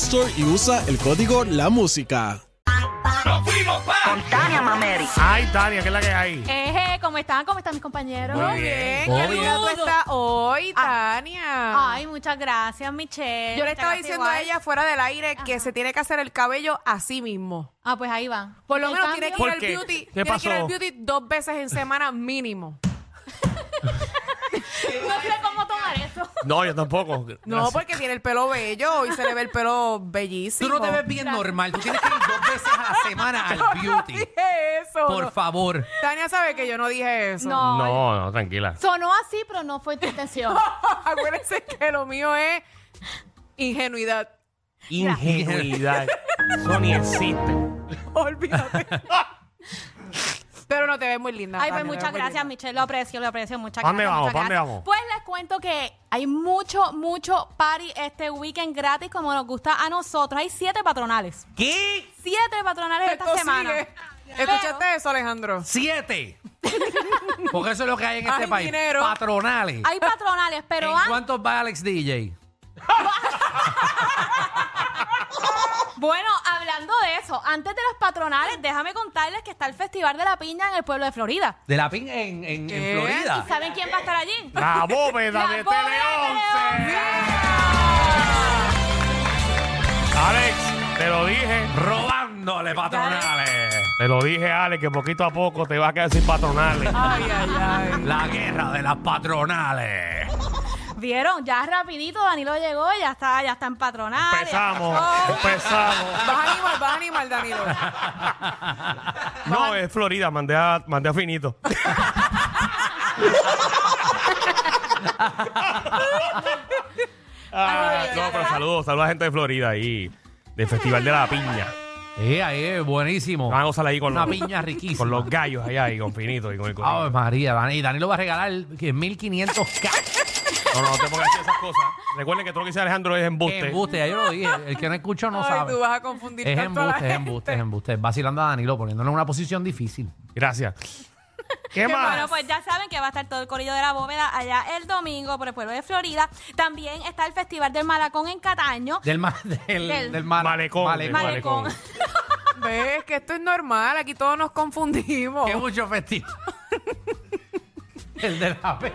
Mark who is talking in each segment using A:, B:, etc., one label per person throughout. A: Store y usa el código La Música.
B: ¡Nos fuimos pa!
C: Tania Mameri.
D: Ay, Tania, ¿qué es la que hay?
E: Eje, ¿cómo están? ¿Cómo están mis compañeros?
D: Muy
F: Bien,
D: Muy
F: qué linda tú
E: bien. Ah.
F: estás hoy, Tania.
E: Ay, muchas gracias, Michelle.
F: Yo
E: Muchas
F: le estaba
E: gracias
F: diciendo
E: igual.
F: a ella fuera del aire que se tiene que hacer el cabello así mismo.
E: Ah, pues ahí va.
F: Por lo
E: ¿El
F: menos
E: cambio?
F: tiene que
D: ¿Por
F: ir al
D: qué?
F: beauty,
D: ¿Qué
F: tiene que ir
D: pasó?
F: al beauty dos veces en semana mínimo.
E: No sé cómo tomar eso.
D: No, pues, yo tampoco.
F: No,
D: Gracias.
F: porque tiene el pelo bello y se le ve el pelo bellísimo.
G: Tú no te ves bien normal. Tú tienes que ir dos veces a la semana al beauty.
F: Dije eso.
G: Por favor.
F: Tania sabe que yo no dije eso.
E: No.
D: No, no, tranquila.
E: Sonó así, pero no fue tu intención.
F: Acuérdense que lo mío es ingenuidad.
D: Ingenuidad. Eso ni existe.
F: Olvídate. Pero no te ves muy linda.
E: Ay, pues
F: Tania, te
E: muchas
F: ves muy
E: gracias,
F: linda.
E: Michelle. Lo aprecio, lo aprecio. Muchas
D: ¿Pa' dónde
E: gracias.
D: vamos?
E: muchas
D: ¿Pa' dónde
E: gracias.
D: vamos?
E: Pues les cuento que hay mucho, mucho party este weekend gratis, como nos gusta a nosotros. Hay siete patronales.
G: ¿Qué?
E: Siete patronales esta
F: Esto
E: semana.
F: sigue. Ah, ¿Escuchaste eso, Alejandro?
G: Siete. Porque eso es lo que hay en este
F: Hay
G: país.
F: dinero.
G: Patronales.
E: Hay patronales, pero
G: ¿En
E: antes.
G: cuántos va Alex DJ?
E: Bueno, hablando de eso, antes de los patronales, déjame contarles que está el Festival de la Piña en el pueblo de Florida.
G: De la pin en, en, en
F: ¿Qué?
G: Florida.
E: ¿Saben quién va a estar allí?
D: La bóveda
E: La
D: de
E: bóveda
D: Tele
E: de
D: 11. Alex, te lo dije.
G: Robándole patronales.
D: Te lo dije, Alex, que poquito a poco te vas a quedar sin patronales.
F: Ay, ay, ay.
G: La guerra de las patronales.
E: ¿Vieron? Ya rapidito Danilo llegó, ya está, ya está en patronales.
D: Empezamos, empezamos.
F: Vas a animar, vas a animar, Danilo.
D: No, es Florida, mandé a, mandé a Finito. Ah, no, pero saludos, saludos a la gente de Florida ahí, del Festival de la Piña.
G: Eh, ahí, eh, buenísimo.
D: Van a gozar ahí con
G: Una
D: los,
G: piña Ah, riquísima.
D: con los gallos allá y con Finito y con el corillo.
G: Ave María, Dani, y Danilo va a regalar que 1500K.
D: No, no, no te pongas a decir esas cosas. Recuerden que todo lo que dice Alejandro es embuste.
G: Embuste, ya yo lo dije. El que no escuchó no
F: Ay,
G: sabe.
F: tú vas a confundir
G: Es
F: tanto a la
G: embuste, es
F: gente.
G: embuste, es embuste. Vacilando a Danilo, poniéndolo en una posición difícil.
D: Gracias. ¿Qué,
E: Bueno,
D: más?
E: pues ya saben que va a estar todo el corrido de la bóveda allá el domingo por el pueblo de Florida. También está el Festival del Malacón en Cataño.
G: Del, ma- del,
E: Del-
G: del mar-
D: Malecón, del
G: malecón.
D: Malecón.
F: Ves que esto es normal, aquí todos nos confundimos.
G: Qué mucho festivo. el de la pe-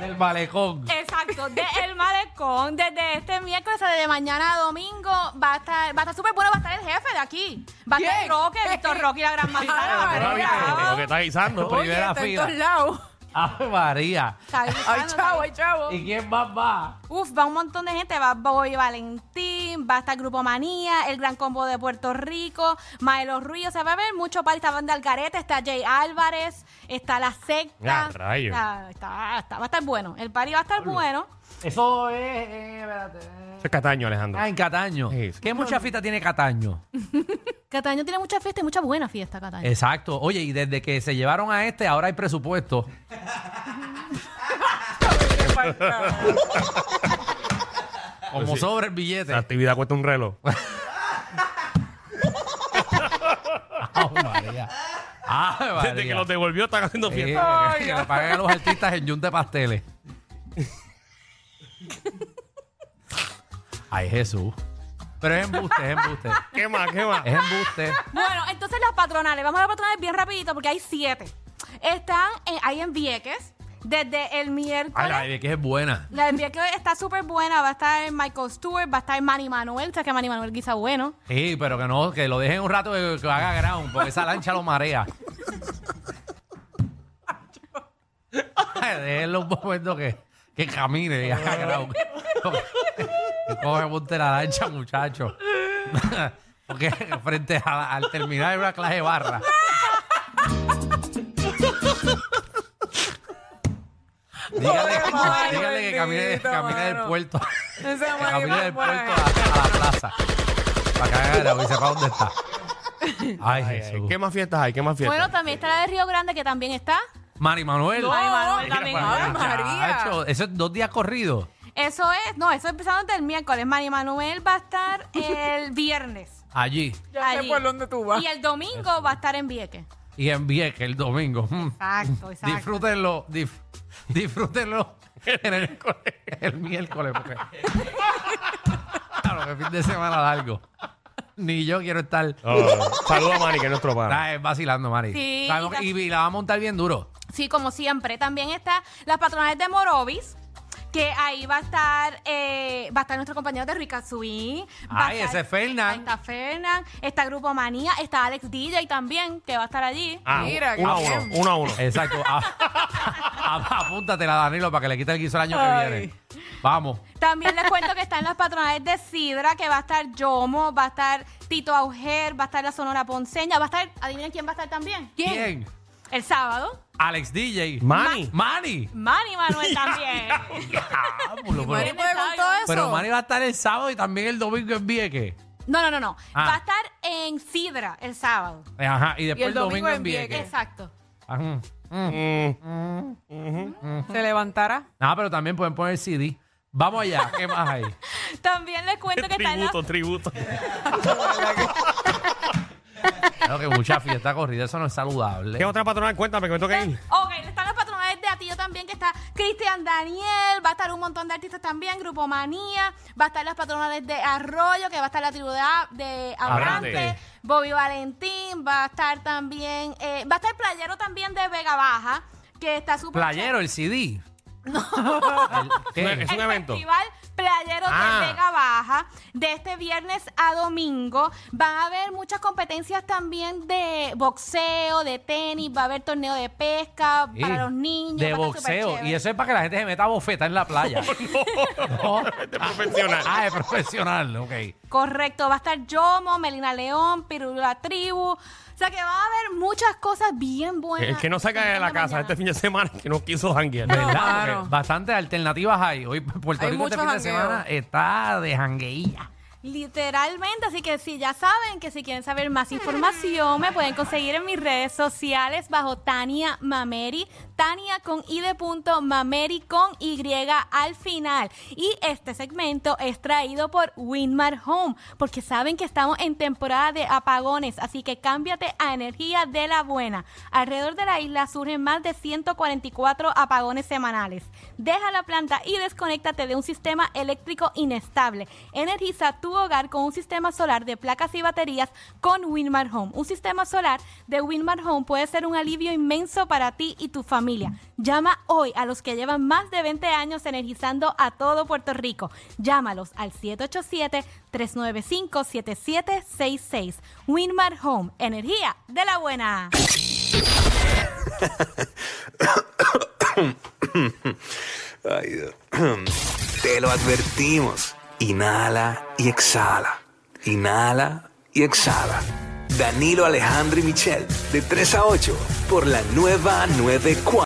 G: del malecón.
E: Exacto, de El Malecón, desde este miércoles, desde mañana a domingo, va a estar, va a estar súper bueno, va a estar el jefe de aquí. Va a estar
F: ¿Quién?
E: Roque, Víctor Roque y la gran manzana. va a estar
D: Ah, ¿viste?
E: bravo.
D: Lo que está guisando.
G: Oye, primera
F: está en
G: fila.
F: todos lados.
G: Ave María.
E: Está avisando,
F: Ay,
E: está
F: chavo, ay,
E: avisando.
F: chavo.
G: ¿Y quién más va?
E: Uf, va un montón de gente, va Boy Valentín, va a estar Grupo Manía, el Gran Combo de Puerto Rico, Maelo Ruiz, o sea, va a haber mucho party, está Banda Algarete, está Jay Álvarez, está La Secta.
D: Ah, rayos.
E: Está- está- está- va a estar bueno, el party va a estar bueno.
G: Eso es. eh, espérate.
D: Eso es Cataño, Alejandro.
G: Ah, en Cataño.
D: Sí, sí.
G: ¿Qué mucha fiesta tiene Cataño?
E: Cataño tiene mucha fiesta y mucha buena fiesta, Cataño.
G: Exacto. Oye, y desde que se llevaron a este, ahora hay presupuesto.
F: Qué falta.
G: Como
D: Pues sí.
G: sobre el billete.
D: La actividad cuesta un reloj.
G: Ave Ah, oh, María. Ave María.
D: Desde que los devolvió están haciendo
G: Eh,
D: fiesta.
G: que le pagan a los artistas en Jun de Pasteles. Ay, Jesús. Pero es embuste, es embuste.
D: ¿Qué más? ¿Qué más?
G: Es embuste.
E: Bueno, entonces las patronales, vamos a las patronales bien rapidito porque hay siete. Están en, hay en Vieques, Desde el
G: Ay,
E: miércoles.
G: la bebé que es buena.
E: La envié que está súper buena. Va a estar Michael Stewart, va a estar Manny Manuel. O sea que Manny Manuel guisa bueno.
G: Sí, pero que no, que lo dejen un rato que, que haga ground, porque esa lancha lo marea. Ay, Déjenlo un momento que, que camine y haga ground. que coge monte la lancha, muchacho. porque frente a la- al terminar hay una clase de barra. dígale,
F: Ay,
G: dígale que camine,
F: bendito,
G: camine del
F: mano.
G: puerto.
F: Ese
G: Que camine del
F: Manny
G: puerto
F: Manuel.
G: a, a la plaza. Para que haga la y sepa dónde está. Ay,
D: Ay, ay,
G: Jesús.
D: ¿Qué más fiestas hay? ¿Qué más fiestas?
E: Bueno, también está la de Río Grande, que también está.
G: Mari Manuel.
F: No,
E: Manny Manuel
F: mira,
E: también.
F: Manny
E: ahora.
F: Manuel. María.
G: Chacho, Eso es dos días corridos.
E: Eso es, no, eso empezando desde el miércoles. Manny Manuel va a estar el viernes.
G: Allí.
F: Ya sé
E: allí.
F: por dónde tú vas.
E: Y el domingo va a estar en Vieques.
G: Y en Vieques el domingo. Mm.
E: Exacto, exacto.
G: Disfrútenlo. dif- disfrútenlo. en el, el miércoles. Porque... claro, que fin de semana largo. Ni yo quiero estar.
D: Oh, saludos a Manny, que es nuestro pana.
G: Ah, es vacilando, Mari.
E: Sí,
G: Sabemos que- y, y la va a montar bien duro.
E: Sí, como siempre. También está las patronales de Morovis. Que ahí va a estar, eh, va a estar nuestro compañero de Ricazui.
G: Ay, ese es Fernan.
E: Ahí está Fernan, está Grupo Manía, está Alex DJ también, que va a estar allí.
D: Ah,
F: Mira,
D: uno a
F: qué
D: uno,
F: bien.
D: uno a uno.
G: Exacto. A- a- Apúntatela, Danilo, para que le quite el guiso el año
F: Ay.
G: que viene. Vamos.
E: También les cuento que están las patronales de Sidra, que va a estar Yomo, va a estar Tito Auger, va a estar la Sonora Ponceña, va a estar, adivinen quién va a estar también.
G: ¿Quién?
E: El sábado,
G: Alex DJ.
D: Manny.
G: Mani.
E: Manny Manuel también.
G: Ah. Diablo,
F: Manny
G: pero,
F: puede con todo eso.
G: pero Mani va a estar el sábado y también el domingo en Vieques.
E: No, no, no, no.
G: Ah.
E: Va a estar en Sidra el sábado.
G: Eh, Ajá, y después
F: Y el
G: el domingo,
F: domingo
G: en
F: en
G: Vieques.
E: Exacto.
G: Ajá.
D: Mm,
F: Se levantará.
G: Ah, pero también pueden poner CD. Vamos allá, ¿qué más hay?
E: También les cuento que están las
D: tributo, tributo.
G: Claro que mucha fiesta corrida, eso no es saludable.
D: ¿Qué otra patronal? Cuéntame, que me toca ir.
E: Ok, están los patronales de Atillo también, que está Cristian Daniel, va a estar un montón de artistas también, Grupo Manía, va a estar las patronales de Arroyo, que va a estar la tribu de, A- de Abrante,
D: Abrante.
E: Bobby Valentín, va a estar también, eh, va a estar Playero también de Vega Baja, que está súper...
G: Playero, el CD. El- ¿qué?
D: Es un
E: el
D: evento.
E: Festival Playero
D: Ah.
E: de Vega Baja, de este viernes a domingo. Van a haber muchas competencias también de boxeo, de tenis, va a haber torneo de pesca
G: Sí,
E: para los niños.
G: De
E: va a estar súper
G: boxeo.
E: chévere.
G: Y eso es para que la gente se meta a bofeta en la playa. No.
D: Este profesional.
G: Ah, es profesional, ok.
E: Correcto, va a estar Yomo, Melina León, Pirula Tribu. O sea que va a haber muchas cosas bien buenas.
D: El que no salga de la casa este fin de semana, que no quiso janguear.
G: ¿Verdad?
F: claro.
G: Porque Bastantes alternativas hay. Hoy Puerto
F: Hay
G: Rico este
F: mucho
G: fin de
F: jangueo.
G: semana está de jangueilla.
E: Literalmente, así que si ya saben que si quieren saber más información, me pueden conseguir en mis redes sociales bajo Tania Mameri, Tania con i de punto, Mameri con y al final. Y este segmento es traído por Winmar Home, porque saben que estamos en temporada de apagones, así que cámbiate a energía de la buena. Alrededor de la isla surgen más de 144 apagones semanales. Deja la planta y desconéctate de un sistema eléctrico inestable. Energiza tu hogar con un sistema solar de placas y baterías con Winmar Home. Un sistema solar de Winmar Home puede ser un alivio inmenso para ti y tu familia. Llama hoy a los que llevan más de 20 años energizando a todo Puerto Rico. Llámalos al 787-395-7766. Winmar Home, energía de la buena.
C: Ay, Dios. Te lo advertimos. Inhala y exhala. Inhala y exhala. Danilo Alejandro y Michel, de 3 a 8, por la nueva 94.